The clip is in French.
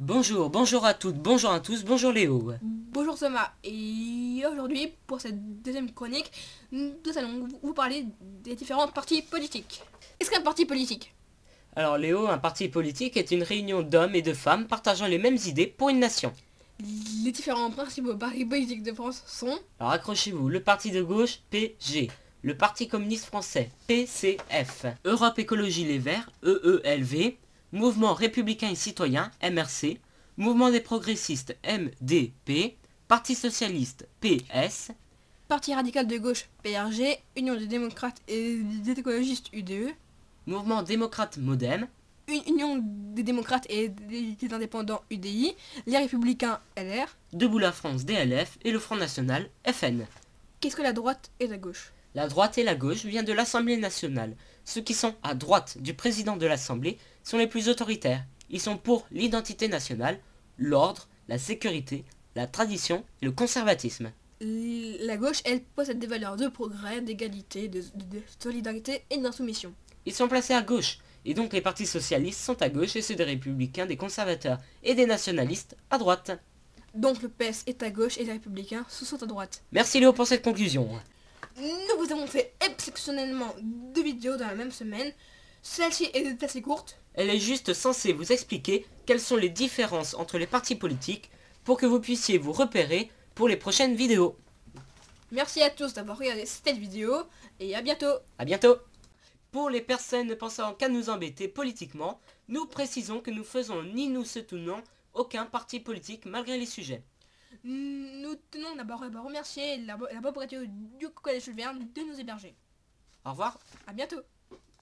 Bonjour, bonjour à toutes, bonjour à tous, bonjour Léo. Bonjour Soma, et aujourd'hui, pour cette deuxième chronique, nous allons vous parler des différents partis politiques. Est-ce qu'un parti politique Alors Léo, un parti politique est une réunion d'hommes et de femmes partageant les mêmes idées pour une nation. Les différents principaux partis politiques de France sont Alors accrochez-vous, le parti de gauche, PG. Le Parti communiste français, PCF. Europe Écologie Les Verts, E EELV. Mouvement républicain et citoyen, MRC. Mouvement des progressistes, MDP. Parti socialiste, PS. Parti radical de gauche PRG, Union des démocrates et des écologistes UDE, Mouvement démocrate modem. Une- Union des démocrates et des des indépendants UDI, les républicains LR. Debout la France, DLF. Et le Front National, FN. Qu'est-ce que la droite et la gauche La droite et la gauche viennent de l'Assemblée nationale. Ceux qui sont à droite du président de l'Assemblée sont les plus autoritaires. Ils sont pour l'identité nationale, l'ordre, la sécurité, la tradition et le conservatisme. La gauche, elle, possède des valeurs de progrès, d'égalité, de, de- de solidarité et d'insoumission. Ils sont placés à gauche, et donc les partis socialistes sont à gauche et ceux des républicains, des conservateurs et des nationalistes à droite. Donc le PS est à gauche et les républicains se sont à droite. Merci Léo pour cette conclusion. Nous vous avons fait exceptionnellement deux vidéos dans la même semaine. Celle-ci est assez courte. Elle est juste censée vous expliquer quelles sont les différences entre les partis politiques pour que vous puissiez vous repérer pour les prochaines vidéos. Merci à tous d'avoir regardé cette vidéo et à bientôt A bientôt Pour les personnes ne pensant qu'à nous embêter politiquement, nous précisons que nous faisons ni nous soutenons aucun parti politique malgré les sujets. Nous tenons d'abord à remercier la, la Bob Radio du Collège Jules Verne de nous héberger. Au revoir À bientôt